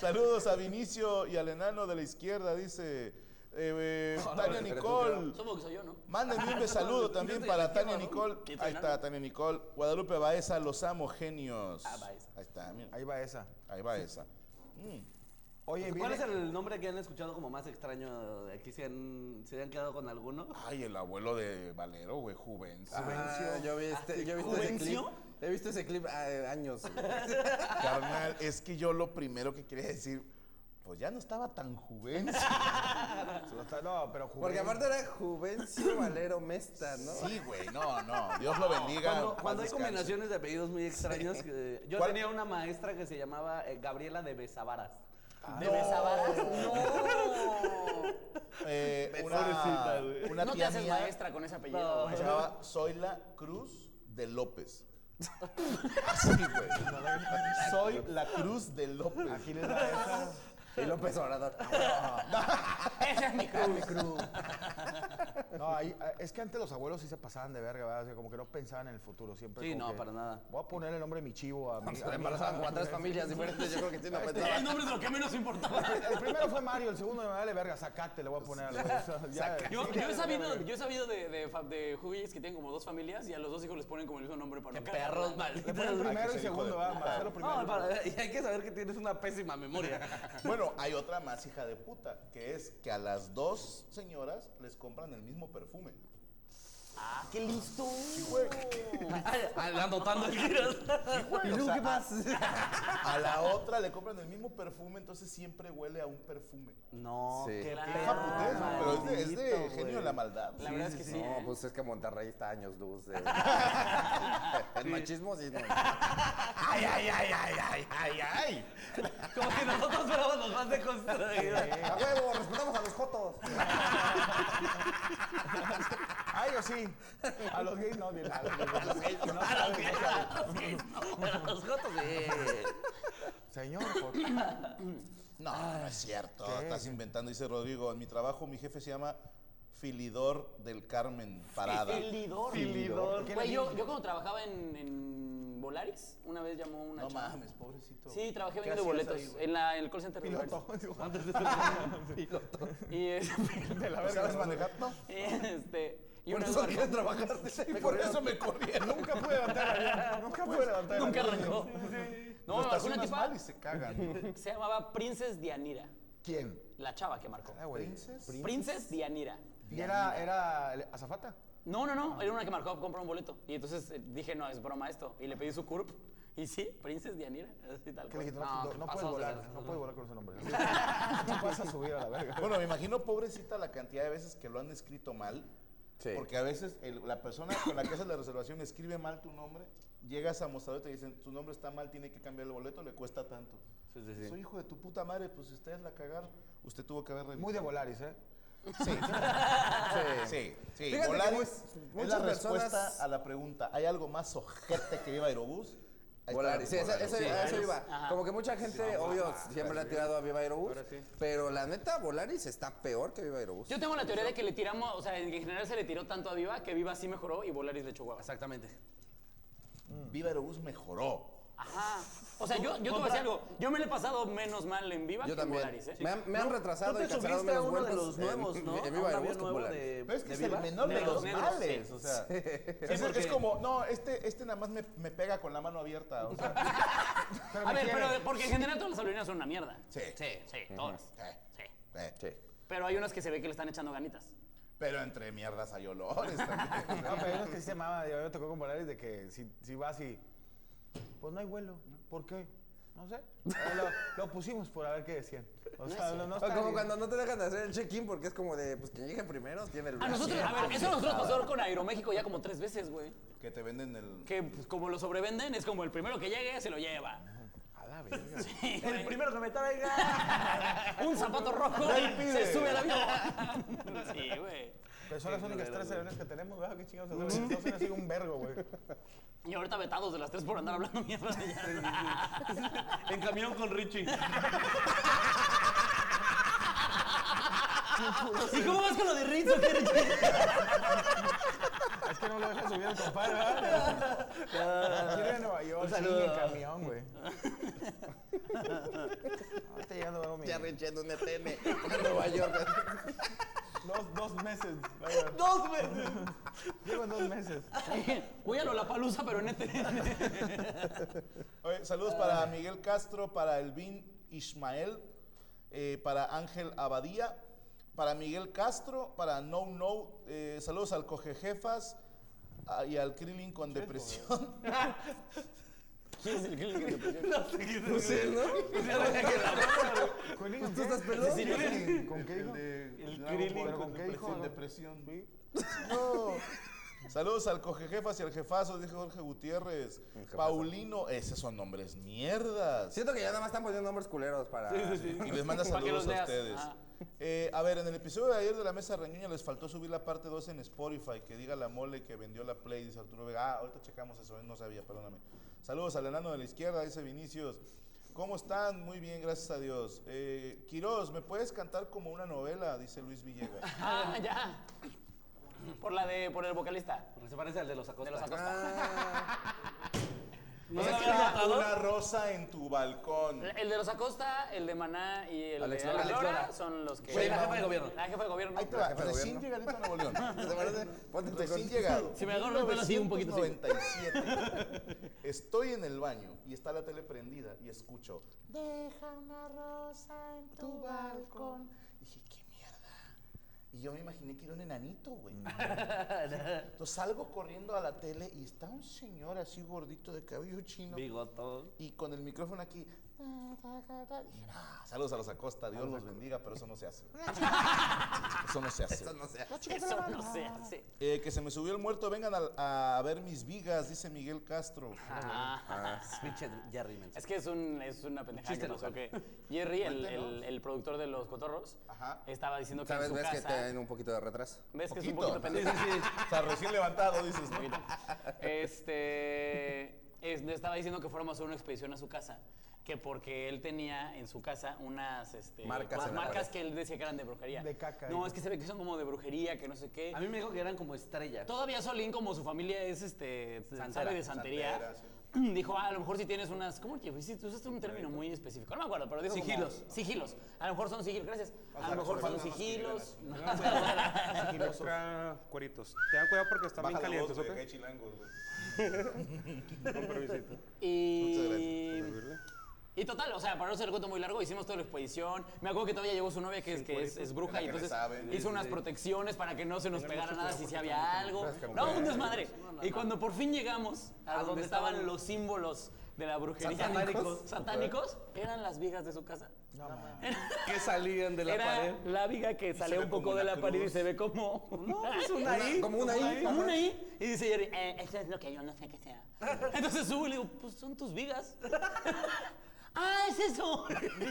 Speaker 1: Saludos a Vinicio y al enano de la izquierda, dice eh, eh, Tania Nicole.
Speaker 3: Supongo que soy yo, ¿no?
Speaker 1: Mándenme un saludo también
Speaker 3: Yo
Speaker 1: para
Speaker 3: estoy
Speaker 1: Tania
Speaker 3: aquí,
Speaker 1: Nicole.
Speaker 3: ¿no? ¿Qué
Speaker 1: Ahí
Speaker 3: tal,
Speaker 1: está Tania Nicole. Guadalupe Baeza, los amo, genios.
Speaker 3: Baeza.
Speaker 1: Ahí está, mira.
Speaker 2: Ahí va esa.
Speaker 1: Ahí va esa.
Speaker 2: Oye,
Speaker 5: ¿Cuál
Speaker 2: viene-
Speaker 5: es el nombre que han escuchado como más extraño de aquí? ¿Se han, se han quedado con alguno?
Speaker 1: Ay, el abuelo de Valero, güey, Juvencio.
Speaker 4: Ah, yo vi este, yo he visto ese clip.
Speaker 5: ¿Juvencio?
Speaker 4: He visto ese clip ah, eh, años. güey.
Speaker 1: Carnal, es que yo lo primero que quería decir pues ya no estaba tan juvenil.
Speaker 2: no, pero juvenil.
Speaker 4: Porque aparte era Juvencio Valero Mesta, ¿no?
Speaker 1: Sí, güey, no, no. Dios lo bendiga.
Speaker 4: Cuando-
Speaker 1: paz
Speaker 5: Cuando hay
Speaker 1: descanse.
Speaker 5: combinaciones de apellidos muy extraños, que- yo
Speaker 1: ¿Cuál?
Speaker 5: tenía una maestra que se llamaba eh, Gabriela de Besavaras. ¿De
Speaker 3: Ah.
Speaker 1: no.
Speaker 5: Besavaras?
Speaker 1: Eh,
Speaker 5: Pobrecita,
Speaker 1: una,
Speaker 5: güey.
Speaker 1: una
Speaker 9: No te
Speaker 1: tía
Speaker 9: haces
Speaker 1: mía
Speaker 9: maestra con ese apellido,
Speaker 1: Se
Speaker 9: güey.
Speaker 1: llamaba Zoila Cruz de López. Sí, güey. Soy la Cruz de López. Aquí
Speaker 4: les va esa.
Speaker 1: Y López Obrador.
Speaker 4: Esa es mi cruz. mi cruz.
Speaker 2: No, ahí- ah, es que antes los abuelos sí se pasaban de verga, ¿verdad? O sea, como que no pensaban en el futuro siempre.
Speaker 5: Sí,
Speaker 2: como
Speaker 5: no,
Speaker 2: que,
Speaker 5: para nada.
Speaker 2: Voy a poner el nombre de mi chivo a mi.
Speaker 4: sea, embarazaban como a tres familias diferentes, yo creo que sí,
Speaker 1: Pues
Speaker 4: no pensaban.
Speaker 2: El nombre
Speaker 3: es lo que menos importaba.
Speaker 2: El primero fue Mario, el segundo me vale verga, sacate, le voy a poner algo. O sea, ya-
Speaker 3: Yo, yo he sabido, yo he sabido de, de, fa- de juguetes que tienen como dos familias y a los dos hijos les ponen como el mismo nombre para no cagarla.
Speaker 5: Perros malditos.
Speaker 3: Ah,
Speaker 2: primero y segundo, ¿verdad? Marcelo primero.
Speaker 5: No, para- y hay que saber que tienes una pésima memoria.
Speaker 1: Bueno, hay otra más hija de puta, que es que a las dos señoras les compran el mismo perfume.
Speaker 5: ¡Ah, qué listo!
Speaker 1: Ah,
Speaker 3: Anotando el
Speaker 1: güey,
Speaker 5: ¿Y
Speaker 1: o
Speaker 5: luego
Speaker 1: sea,
Speaker 5: qué más?
Speaker 1: A, a la otra le compran el mismo perfume, entonces siempre huele a un perfume.
Speaker 5: No,
Speaker 4: Sí. qué
Speaker 1: Qué
Speaker 4: pedo,
Speaker 7: Ah,
Speaker 1: japutez, ¿no? pero es de, es de
Speaker 4: maldito,
Speaker 1: genio
Speaker 4: güey.
Speaker 1: de la maldad.
Speaker 4: La verdad es que sí. No, pues es que Monterrey está años luz. de- El machismo sí. no.
Speaker 1: ¡Ay, ay, ay, ay, ay, ay, ay!
Speaker 5: Como que nosotros fuéramos los más
Speaker 4: A
Speaker 5: deconstruidos.
Speaker 4: huevo, respetamos a los jotos.
Speaker 2: Ay, yo sí. A los gays no, ni nada.
Speaker 5: A los gays, no, a los gays, a los gays, no, a los jotos, sí.
Speaker 2: Señor, por...
Speaker 1: No, no es cierto. Estás inventando, dice Rodrigo. En mi trabajo, mi jefe se llama Filidor del Carmen Parada.
Speaker 3: Filidor.
Speaker 1: Filidor.
Speaker 3: Güey, yo, yo cuando trabajaba en, en Volaris, una vez llamó una
Speaker 1: No
Speaker 3: chava.
Speaker 1: mames, pobrecito.
Speaker 3: Sí, trabajé
Speaker 1: ¿Qué
Speaker 3: vendiendo
Speaker 1: hacías
Speaker 3: boletos
Speaker 1: ahí, güey?
Speaker 3: en, la, en el call center de
Speaker 1: Piloto.
Speaker 3: Volaris.
Speaker 1: Antes
Speaker 5: Piloto.
Speaker 3: Y eh, es-
Speaker 1: De la verga, ¿Sabes ¿no? manejar? No.
Speaker 3: Y, Este, y
Speaker 1: Por
Speaker 3: una
Speaker 1: eso
Speaker 3: vez-
Speaker 1: quería trabajar.
Speaker 3: Me
Speaker 1: Por
Speaker 3: corrieron.
Speaker 1: eso me corrieron. Nunca pude
Speaker 2: levantar el avión. Nunca pude levantar el
Speaker 3: Nunca
Speaker 2: avión.
Speaker 3: arrancó. No,
Speaker 1: Lo
Speaker 3: me marcó una
Speaker 1: estacionas
Speaker 3: tipa.
Speaker 1: mal y se cagan.
Speaker 3: Se llamaba Princess Dianira,
Speaker 2: ¿Quién?
Speaker 3: la chava que marcó.
Speaker 2: Ah, ¿Princes?
Speaker 3: Princess Dianira.
Speaker 2: ¿Y era, era el- azafata?
Speaker 3: No, no, no, era una que marcó comprar un boleto. Y entonces eh, dije, no, es broma esto. Y le pedí su CURP. Y sí, Princess Dianira. Así tal
Speaker 2: ¿Qué le
Speaker 3: cual.
Speaker 2: dijiste? No, no,
Speaker 3: te
Speaker 2: no
Speaker 3: pasas
Speaker 2: puedes
Speaker 3: de
Speaker 2: volar,
Speaker 3: verga.
Speaker 2: no puedes volar con ese nombre. No vas a subir a la verga.
Speaker 1: Bueno, me imagino, pobrecita, la cantidad de veces que lo han escrito mal. Porque a veces el- la persona con la que haces la reservación escribe mal tu nombre, llegas a mostrador y te dicen, tu nombre está mal, tiene que cambiar el boleto, le cuesta tanto. Soy hijo de tu puta madre, pues si ustedes la cagaron, usted tuvo que haber revisado.
Speaker 2: Muy de Volaris, ¿eh?
Speaker 1: Sí.
Speaker 2: Sí.
Speaker 1: Sí, sí.
Speaker 2: Fíjate que
Speaker 1: Volaris
Speaker 2: mu-
Speaker 1: es
Speaker 2: muchas
Speaker 1: la respuesta
Speaker 2: personas-
Speaker 1: a la pregunta. ¿Hay algo más ojete que viva Aerobús? Ahí está
Speaker 4: Volaris, sí, esa-
Speaker 1: Volaris.
Speaker 4: esa- a eso iba. Como que mucha gente,
Speaker 1: Sí,
Speaker 4: obvio,
Speaker 1: ajá,
Speaker 4: siempre le ha
Speaker 1: sí.
Speaker 4: tirado a Viva Aerobús. Pero la neta, Volaris está peor que Viva Aerobús.
Speaker 3: Yo tengo la teoría de que le tiramos, o sea, en general se le tiró tanto a Viva que Viva sí mejoró y Volaris le echó hueva.
Speaker 5: Exactamente.
Speaker 1: Viva Aerobús mejoró.
Speaker 3: Ajá. O sea, yo, yo te voy a
Speaker 5: Contra-
Speaker 3: decir algo. Yo me le he pasado menos mal en Viva
Speaker 4: Yo
Speaker 3: que en
Speaker 4: también.
Speaker 3: Volaris, ¿eh?
Speaker 4: Me han- me han retrasado
Speaker 5: ¿No te
Speaker 4: y cancelado
Speaker 5: subiste a
Speaker 4: menos
Speaker 5: uno de
Speaker 4: vueltas
Speaker 5: los
Speaker 4: en-
Speaker 5: nuevos, no?
Speaker 4: en
Speaker 5: A
Speaker 4: Viva
Speaker 5: un
Speaker 4: Aerobús
Speaker 5: avión
Speaker 4: con
Speaker 5: nuevo
Speaker 4: Volaris.
Speaker 5: de-
Speaker 1: Pero es que
Speaker 5: de
Speaker 1: es el
Speaker 5: Viva.
Speaker 1: menor de
Speaker 5: Negros,
Speaker 1: los
Speaker 5: negros,
Speaker 1: males.
Speaker 5: sí.
Speaker 1: O sea, es,
Speaker 5: porque-
Speaker 1: es como, no, este, este nada más me, me pega con la mano abierta. O sea,
Speaker 3: A ver, pero porque en general todas las aerolíneas son una mierda.
Speaker 1: Sí.
Speaker 3: Sí, sí, todas.
Speaker 1: Eh,
Speaker 3: Sí.
Speaker 1: eh.
Speaker 3: Pero hay unas que se ve que le están echando ganitas.
Speaker 1: Pero entre mierdas hay olores también.
Speaker 2: No, pero hay unos que sí se amaban. Yo me tocó con Volaris de que si, si vas y. Pues no hay vuelo. ¿Por qué? No sé. Eh, Lo, lo pusimos por a ver qué decían. O sea, no, no
Speaker 4: O
Speaker 2: está
Speaker 4: como
Speaker 2: ni-
Speaker 4: cuando no te dejan de hacer el check-in porque es como de, pues quien llegue primero tiene el
Speaker 3: A nosotros, a ver, eso a nosotros pasó con Aeroméxico ya como tres veces, güey.
Speaker 1: Que te venden el.
Speaker 3: Que pues, como lo sobrevenden, es como el primero que llegue se lo lleva.
Speaker 4: A la verga.
Speaker 5: El primero que me traiga
Speaker 3: Un zapato rojo
Speaker 2: Nadie pide.
Speaker 3: se sube al avión. Sí, güey.
Speaker 2: Pero son las únicas tres aerolíneas que tenemos, ¿verdad? ¿Qué chingados
Speaker 4: Mm.
Speaker 2: hacemos? No son así un vergo, güey.
Speaker 3: Y ahorita vetados de las tres por andar hablando mierda de ya.
Speaker 5: En camión con Richie.
Speaker 3: ¿Y cómo vas con lo de Rizzo, qué Richie?
Speaker 2: Es que no lo dejan subir al compadre, ¿verdad? Quiere ir a Nueva York,
Speaker 5: Un
Speaker 2: sí,
Speaker 5: saludo.
Speaker 2: en camión, güey. Ahorita llegando algo mi.
Speaker 4: Ya rinchando
Speaker 5: E
Speaker 4: un ETN a Nueva York.
Speaker 2: Dos, dos meses. vaya.
Speaker 5: Dos veces.
Speaker 2: Llego en dos meses.
Speaker 3: Voy a la palusa, pero en este.
Speaker 1: Oye, saludos para
Speaker 5: Ah.
Speaker 1: Miguel Castro, para Elvin Ismael, eh, para Ángel Abadía, para Miguel Castro, para No No. eh, saludos al Cogejefas ah, y al Krillin con depresión.
Speaker 3: ¿Quién es el cliente que te puso?
Speaker 5: No sé quién es.
Speaker 3: No sé, ¿no?
Speaker 2: ¿Con
Speaker 3: ¿Tú estás pelón?
Speaker 2: ¿Con qué? ¿Con qué
Speaker 1: El
Speaker 2: hijo?
Speaker 1: de el
Speaker 2: Dragon
Speaker 1: Krillin
Speaker 2: Ball,
Speaker 1: con
Speaker 2: ¿con qué
Speaker 1: depresión,
Speaker 2: hijo?
Speaker 1: depresión. Saludos al cojejefas y al jefazo, dijo Jorge Gutiérrez. Paulino, esos son nombres mierdas.
Speaker 4: Siento que ya nada más están poniendo nombres culeros para.
Speaker 1: Y les manda
Speaker 4: Para que los
Speaker 1: saludos a
Speaker 4: leas.
Speaker 1: ustedes.
Speaker 4: Ah.
Speaker 1: Eh, a ver, en el episodio de ayer de la mesa reñuña les faltó subir la parte 2 en Spotify, que diga la mole que vendió la Play, dice Arturo Vega. Ah, ahorita checamos eso, eh, no sabía, perdóname. Saludos al enano de la izquierda, dice Vinicius. ¿Cómo están? Muy bien, gracias a Dios. Eh, Quirós, ¿me puedes cantar como una novela? Dice Luis Villegas.
Speaker 3: Ah, ya. Por la de, por el vocalista. Porque se parece al de los Acosta. De los ¿No
Speaker 1: Es
Speaker 3: sabes
Speaker 1: que
Speaker 3: quién
Speaker 1: era
Speaker 3: es el
Speaker 1: una
Speaker 3: narrador?
Speaker 1: rosa en tu balcón.
Speaker 3: El de los Acosta, el de Maná y el
Speaker 1: Alex
Speaker 3: de
Speaker 1: Lora.
Speaker 3: Alex Lora
Speaker 1: Alex Lora.
Speaker 3: son los que.
Speaker 1: Güey, la jefa de
Speaker 3: gobierno. La jefa de gobierno.
Speaker 1: Ahí te va, recién llegadito a Nuevo León.
Speaker 4: ¿Te parece? Ponte tu
Speaker 1: Recién
Speaker 4: corte.
Speaker 1: llegado.
Speaker 4: Si me agarro el pelo así, un poquito así.
Speaker 1: 1997. Estoy en el baño y está la tele prendida y escucho. Deja una rosa en tu balcón. Dije, qué mierda. Y yo me imaginé que era un enanito, güey. Entonces salgo corriendo a la tele y está un señor así gordito de cabello chino.
Speaker 5: Bigotón.
Speaker 1: Y con el micrófono aquí. Ah, Saludos a los Acosta, Dios los bendiga, pero eso no se hace. Eso no se hace.
Speaker 4: Eso no se hace.
Speaker 3: Eso no se hace.
Speaker 1: Eh, que se me subió el muerto, vengan a, a ver mis vigas, dice Miguel Castro.
Speaker 3: Ah.
Speaker 5: Pinche Jerry, man.
Speaker 3: Es que es, un, es una pendejada
Speaker 1: Chiste
Speaker 3: que pasó
Speaker 1: local.
Speaker 3: que Jerry, el,
Speaker 1: Cuéntenos.
Speaker 3: el- el productor de Los Cotorros, estaba diciendo que en
Speaker 4: ¿Sabes?
Speaker 3: su
Speaker 4: ¿Ves
Speaker 3: casa...
Speaker 4: que tienen un poquito de retraso?
Speaker 3: ¿Ves que es un poquito pendejo?
Speaker 1: O sea, recién levantado, dices, ¿no?
Speaker 3: Este. es- le estaba diciendo que fuéramos a hacer una expedición a su casa. Que porque él tenía en su casa unas este,
Speaker 4: Marcas
Speaker 3: unas
Speaker 4: en la
Speaker 3: marcas
Speaker 4: pared.
Speaker 3: que él decía que eran de brujería. De
Speaker 5: caca,
Speaker 3: No,
Speaker 5: dijo.
Speaker 3: es que se ve que son como de brujería, que no sé qué.
Speaker 5: A mí me dijo que eran como estrellas.
Speaker 3: Todavía Solín, como su familia es este,
Speaker 5: Santera.
Speaker 3: sabe de santería,
Speaker 5: Santera,
Speaker 3: dijo, ah, a lo mejor si tienes unas, ¿cómo que si tú usaste un término muy específico? No me acuerdo, pero dijo como-
Speaker 5: Sigilos.
Speaker 3: sigilos. A lo mejor son sigilos, gracias.
Speaker 6: Vas
Speaker 3: A
Speaker 6: a
Speaker 3: lo mejor son
Speaker 6: resolver
Speaker 3: sigilos.
Speaker 6: Acá, cueritos. Tengan cuidado porque están bien
Speaker 1: Baja la
Speaker 6: calientes,
Speaker 1: voz, güey,
Speaker 6: ¿ok?
Speaker 1: acá hay chilangos, güey.
Speaker 6: Con permisito.
Speaker 3: Y... Y total, o sea, para no ser el cuento muy largo, hicimos toda la expedición. Me acuerdo que todavía llevó su novia, que, es, que es, es bruja, y
Speaker 1: que le
Speaker 3: entonces
Speaker 1: sabe. Sí,
Speaker 3: hizo
Speaker 1: sí,
Speaker 3: unas
Speaker 1: sí.
Speaker 3: protecciones para que no se nos
Speaker 1: Tengan
Speaker 3: pegara
Speaker 1: mucho
Speaker 3: nada
Speaker 1: cuidado
Speaker 3: si se
Speaker 1: porque
Speaker 3: había
Speaker 1: son-
Speaker 3: algo.
Speaker 1: son las
Speaker 3: No, un
Speaker 1: campanas.
Speaker 3: desmadre.
Speaker 1: No, no,
Speaker 3: Y
Speaker 1: no.
Speaker 3: cuando por fin llegamos a donde
Speaker 5: donde
Speaker 3: estaban
Speaker 5: estaban
Speaker 3: los símbolos de la brujería
Speaker 5: Satánicos.
Speaker 3: satánicos, eran las vigas de su casa.
Speaker 5: Que salían de la
Speaker 3: Era
Speaker 5: pared.
Speaker 3: la viga que salía
Speaker 5: ve
Speaker 3: un poco
Speaker 5: como
Speaker 3: de
Speaker 5: una
Speaker 3: la pared y
Speaker 5: cruz.
Speaker 3: se ve como...
Speaker 5: No, es una I,
Speaker 3: Como una
Speaker 5: como
Speaker 3: I.
Speaker 5: una I,
Speaker 3: Como
Speaker 5: ajá.
Speaker 3: una I. Y dice Jerry, eh, eso es lo que yo no sé qué sea. Entonces subo y le digo, pues son tus vigas. ¡Ah, es eso!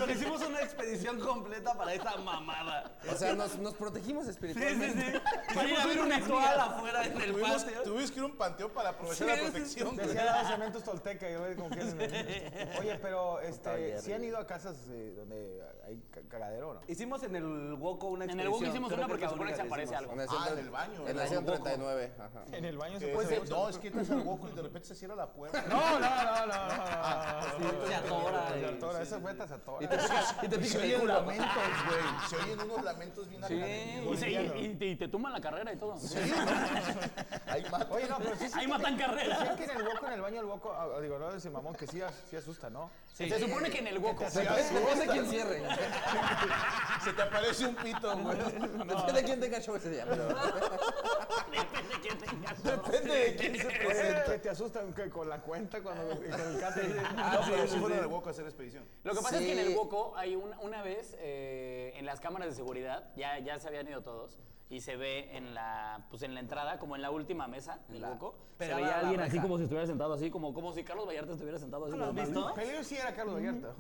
Speaker 5: Hicimos una expedición completa para esa mamada.
Speaker 4: O sea, nos, nos protegimos espiritualmente.
Speaker 5: Sí, sí, sí.
Speaker 4: Para ir a ver una
Speaker 5: ritual
Speaker 4: amiga.
Speaker 5: afuera en el
Speaker 1: Tuvimos-
Speaker 5: patio.
Speaker 1: Tuvimos que ir a un panteón para aprovechar la protección. güey.
Speaker 2: Decía los cementos tolteca, yo veo como que- Oye, pero este,
Speaker 5: Jerry.
Speaker 2: si han ido a casas eh, donde hay ca- cagadero, ¿no?
Speaker 5: Hicimos en el Woco una
Speaker 3: En
Speaker 5: expedición.
Speaker 3: el Woco hicimos
Speaker 5: Creo
Speaker 3: una
Speaker 5: que es
Speaker 3: porque
Speaker 5: la
Speaker 3: supone
Speaker 5: única
Speaker 3: que se aparece
Speaker 5: hicimos.
Speaker 3: algo.
Speaker 1: Ah, en el baño.
Speaker 4: En
Speaker 1: ¿no?
Speaker 4: la acción 39. Ajá.
Speaker 2: En el baño
Speaker 1: Que se- No, es que entras al hueco y de repente se cierra la puerta.
Speaker 2: No, no, no, no, no.
Speaker 5: Ah, Se atora,
Speaker 2: Se
Speaker 5: güey.
Speaker 2: atora, esa vuelta se atora.
Speaker 5: Y te pica- y te
Speaker 1: Se
Speaker 5: pica el
Speaker 1: oyen
Speaker 5: culo.
Speaker 1: lamentos, güey. Se oyen unos lamentos bien
Speaker 3: Sí, y, se- y-
Speaker 1: acá.
Speaker 3: y te, y te tumban la carrera y todo.
Speaker 1: Ahí mata.
Speaker 2: Oye, no, pero sí.
Speaker 3: Ahí matan carrera.
Speaker 2: carreras. que en el boco, en el baño del boco, ah, digo, no, ese mamón que sí, as- sí asusta, ¿no?
Speaker 3: Se supone que en el hueco.
Speaker 1: Se asusta.
Speaker 4: Depende de quién cierre.
Speaker 1: Se te aparece un pito, güey.
Speaker 4: Depende de quién tenga show ese día. pero-
Speaker 3: Depende de quién tengas.
Speaker 1: Depende de quién se
Speaker 2: Eh,
Speaker 1: presenta.
Speaker 2: Que te asustan que con la cuenta cuando y con el Ah, cate.
Speaker 1: No, pero Ah, sí fueron al hueco a hacer expedición.
Speaker 3: Lo que pasa es que en
Speaker 4: Sí.
Speaker 3: el Woco hay una, una vez eh, en las cámaras de seguridad, ya, ya se habían ido todos, y se ve en la, pues en la entrada, como en la última mesa del Woco, se
Speaker 5: pegada
Speaker 3: veía
Speaker 5: a la
Speaker 3: alguien así
Speaker 5: reja.
Speaker 3: como si estuviera sentado así, como, como si Carlos Vallarta estuviera sentado así.
Speaker 5: ¿Lo has
Speaker 3: como-
Speaker 5: visto?
Speaker 2: Peleo sí era Carlos Vallarta.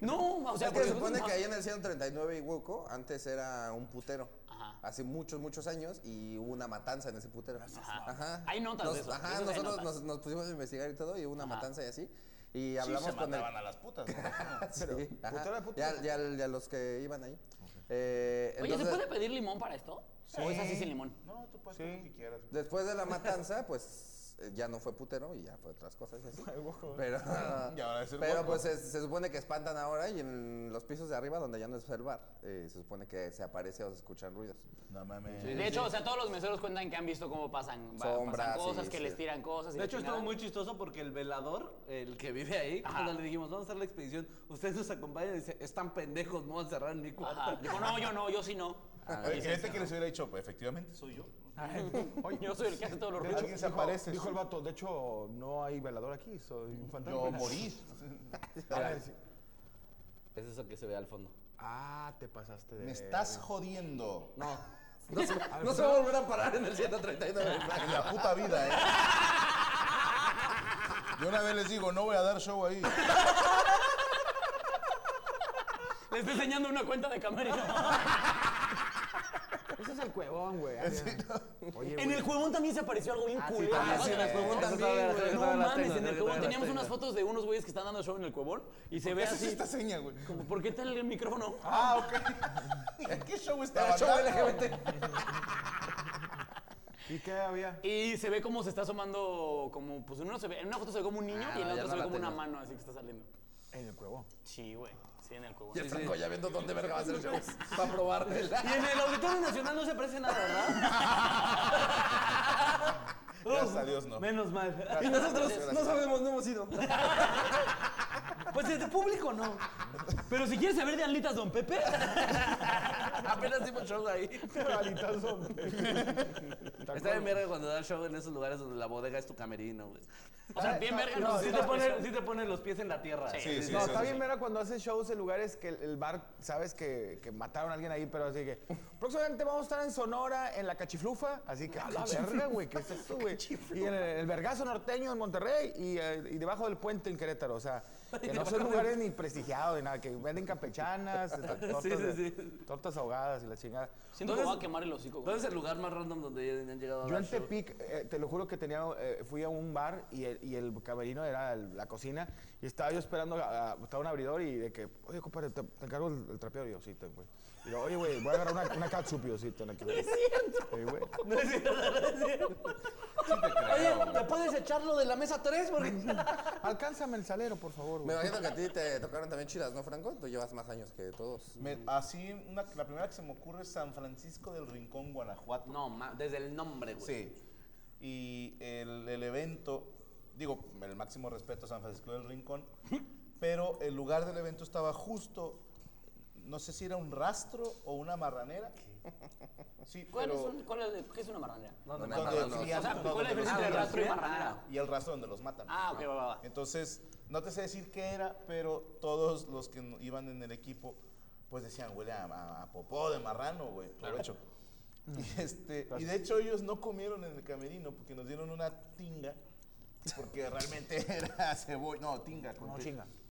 Speaker 3: No, o sea,
Speaker 4: Es que
Speaker 3: por Ah.
Speaker 4: se
Speaker 3: eso-
Speaker 4: supone que ahí en el 139 y Hueco antes era un putero.
Speaker 3: Ajá.
Speaker 4: Hace muchos, muchos años y hubo una matanza en ese putero. Ajá.
Speaker 3: Hay notas
Speaker 4: Nos-
Speaker 3: de eso,
Speaker 4: Ajá,
Speaker 3: de eso sí hay
Speaker 4: nosotros
Speaker 3: notas.
Speaker 4: nos, nos pusimos a investigar y todo y hubo una matanza y así. Y
Speaker 1: Sí,
Speaker 4: hablamos
Speaker 1: se
Speaker 4: con el...
Speaker 1: mataban a las putas. ¿no?
Speaker 4: Sí, ajá.
Speaker 2: putero de puto.
Speaker 4: Ya, ya- ya los que iban ahí. Eh,
Speaker 3: Oye, ¿se
Speaker 4: entonces,
Speaker 3: puede pedir limón para esto? ¿O es así sin limón?
Speaker 1: No, tú puedes hacer lo que quieras.
Speaker 4: Después de la matanza, pues eh, ya no fue putero y ya fue otras cosas y así. Pero,
Speaker 1: Y ahora es el
Speaker 4: pero
Speaker 1: hueco.
Speaker 4: pues se, se supone que espantan ahora y en los pisos de arriba, donde ya no es el bar, eh, se supone que se aparece o se escuchan ruidos.
Speaker 1: No mames.
Speaker 3: De hecho, o sea, todos los meseros cuentan que han visto cómo pasan, va- pasan
Speaker 4: Sombras,
Speaker 3: cosas,
Speaker 4: sí,
Speaker 3: que
Speaker 4: sí.
Speaker 3: les tiran cosas. y
Speaker 5: De
Speaker 3: la
Speaker 5: hecho,
Speaker 3: chingada.
Speaker 5: estuvo muy chistoso porque el velador, el que vive ahí, cuando le dijimos, vamos a hacer la expedición, ustedes nos acompañan y dice, están pendejos, no van a cerrar en mi cuarto.
Speaker 3: Ajá. Dijo, no, yo no, yo sí no.
Speaker 4: Ah,
Speaker 1: Oye, que este que les hubiera dicho, pues efectivamente soy yo.
Speaker 2: Oye,
Speaker 3: Yo soy el que hace todos los
Speaker 2: de
Speaker 3: ruidos.
Speaker 2: hecho,
Speaker 3: Alguien se
Speaker 2: dijo-
Speaker 3: aparece.
Speaker 2: Dijo el vato, de hecho, no hay velador aquí, soy un fantasma.
Speaker 1: Yo morí.
Speaker 2: A ver, sí.
Speaker 5: Es eso que se ve al fondo.
Speaker 2: Ah, te pasaste de...
Speaker 1: Me estás jodiendo.
Speaker 5: No.
Speaker 1: No se,
Speaker 5: no se va a volver a parar en el 139.
Speaker 1: En la puta vida, ¿eh? Yo una vez les digo, no voy a dar show ahí.
Speaker 3: Le está enseñando una cuenta de camerino.
Speaker 9: Ese es el cuevón, güey.
Speaker 2: Oye,
Speaker 3: En el Cuevón también se apareció algo bien
Speaker 9: Ah, sí,
Speaker 3: culero.
Speaker 9: también.
Speaker 3: Ah,
Speaker 9: Sí, en el Cuevón
Speaker 3: eso
Speaker 9: también,
Speaker 3: estaba-
Speaker 9: güey.
Speaker 3: eso estaba
Speaker 9: No
Speaker 3: en las
Speaker 9: mames, en el Cuevón
Speaker 3: tetas, eso estaba en las
Speaker 9: teníamos
Speaker 3: tetas.
Speaker 9: unas
Speaker 3: fotos de unos güeyes que están dando show en el Cuevón y se
Speaker 1: ¿Por
Speaker 3: ve
Speaker 1: qué haces
Speaker 3: así.
Speaker 1: esta seña, güey?
Speaker 3: Como, ¿por qué tal el micrófono?
Speaker 1: Ah, ok. ¿Qué show
Speaker 3: estaba
Speaker 1: estaba
Speaker 3: dando?
Speaker 2: ¿Y qué había?
Speaker 3: Y se ve cómo se está asomando, como, pues en, uno se ve, en una foto se ve como un niño
Speaker 2: Ah,
Speaker 3: y en la
Speaker 2: ya
Speaker 3: otra
Speaker 2: no
Speaker 3: se ve
Speaker 2: la
Speaker 3: como una
Speaker 2: tengo.
Speaker 3: mano así que está saliendo.
Speaker 2: En el cuevo.
Speaker 3: Sí, güey. Sí, en el Cuevón.
Speaker 2: Y el Franco ya viendo dónde verga va a hacer shows,
Speaker 5: para probar. Y en el Auditorio Nacional no se aparece nada, ¿verdad?
Speaker 1: Gracias a Dios, no.
Speaker 5: Menos mal.
Speaker 1: Gracias.
Speaker 5: Y nosotros
Speaker 1: Gracias.
Speaker 5: no sabemos, no hemos ido. Pues desde público no.
Speaker 3: Pero si quieres saber de Alitas Don Pepe,
Speaker 5: Apenas dimos show ahí. Está bien verga cuando dan show en esos lugares donde la bodega es tu camerino, güey.
Speaker 3: O sea, bien verga,
Speaker 5: No,
Speaker 3: no,
Speaker 5: sí,
Speaker 3: sí
Speaker 5: te
Speaker 3: está-
Speaker 5: ponen,
Speaker 3: sí.
Speaker 5: sí te ponen los pies en la tierra.
Speaker 2: no, está bien ver cuando haces shows en lugares que el, el bar, sabes que, que mataron a alguien ahí, pero así que. Próximamente vamos a estar en Sonora, en la Cachiflufa. Así que, a la verga, güey, ¿qué es esto, güey? Y en el, el Vergazo Norteño en Monterrey y, eh, y debajo del puente en Querétaro. O sea, que no son lugares ni prestigiados ni nada, que venden campechanas, este, tortas,
Speaker 5: Sí, sí,
Speaker 2: de-
Speaker 5: sí.
Speaker 2: tortas ahogadas y la chingada.
Speaker 3: siento que me va a quemar el hocico.
Speaker 5: ¿Dónde es el lugar más random donde han llegado a
Speaker 2: Yo
Speaker 5: dar
Speaker 2: en
Speaker 5: show?
Speaker 2: Tepic, eh, te lo juro que tenía, eh, fui a un bar y el, y el camerino era el- la cocina y estaba yo esperando, a- a- estaba un abridor y de que, oye, compadre, te, te encargo el, el trapeo, Y yo, sí, ten, güey. Y yo, oye, güey, voy a agarrar una, una catsup, Y yo, sí, ten aquí. güey". Sí, güey.
Speaker 5: No es cierto, no es cierto. Oye, ¿te puedes echarlo de la mesa 3? Porque...
Speaker 2: Alcánzame el salero, por favor,
Speaker 4: Me
Speaker 2: güey.
Speaker 4: imagino que a ti te tocaron también chidas, ¿no, Franco? Tú llevas más años que todos.
Speaker 1: Me- así, una- la primera que se me ocurre es San Francisco del Rincón, Guanajuato.
Speaker 5: No, ma- desde el nombre, güey.
Speaker 1: Sí. Y el, el evento, digo, el máximo respeto a San Francisco del Rincón, pero el lugar del evento estaba justo, no sé si era un rastro o una marranera. Sí,
Speaker 3: ¿Cuál
Speaker 1: pero-
Speaker 3: es un- cuál es- ¿Qué es una marranera?
Speaker 1: donde
Speaker 3: matan
Speaker 1: donde
Speaker 3: a los-
Speaker 1: crían-
Speaker 3: O sea,
Speaker 1: no,
Speaker 3: ¿cuál es la
Speaker 1: donde los
Speaker 3: diferencia entre
Speaker 1: crían.
Speaker 3: rastro y marranera?
Speaker 1: Y el rastro donde los matan.
Speaker 3: Ah, ok, va, va, va.
Speaker 1: Entonces, no te sé decir qué era, pero todos los que no- iban en el equipo, pues decían, huele a, a- a popó de marrano, güey, provecho. Y, este, y de hecho ellos no comieron en el camerino porque nos dieron una tinga, porque realmente era cebolla, no, tinga. Con no,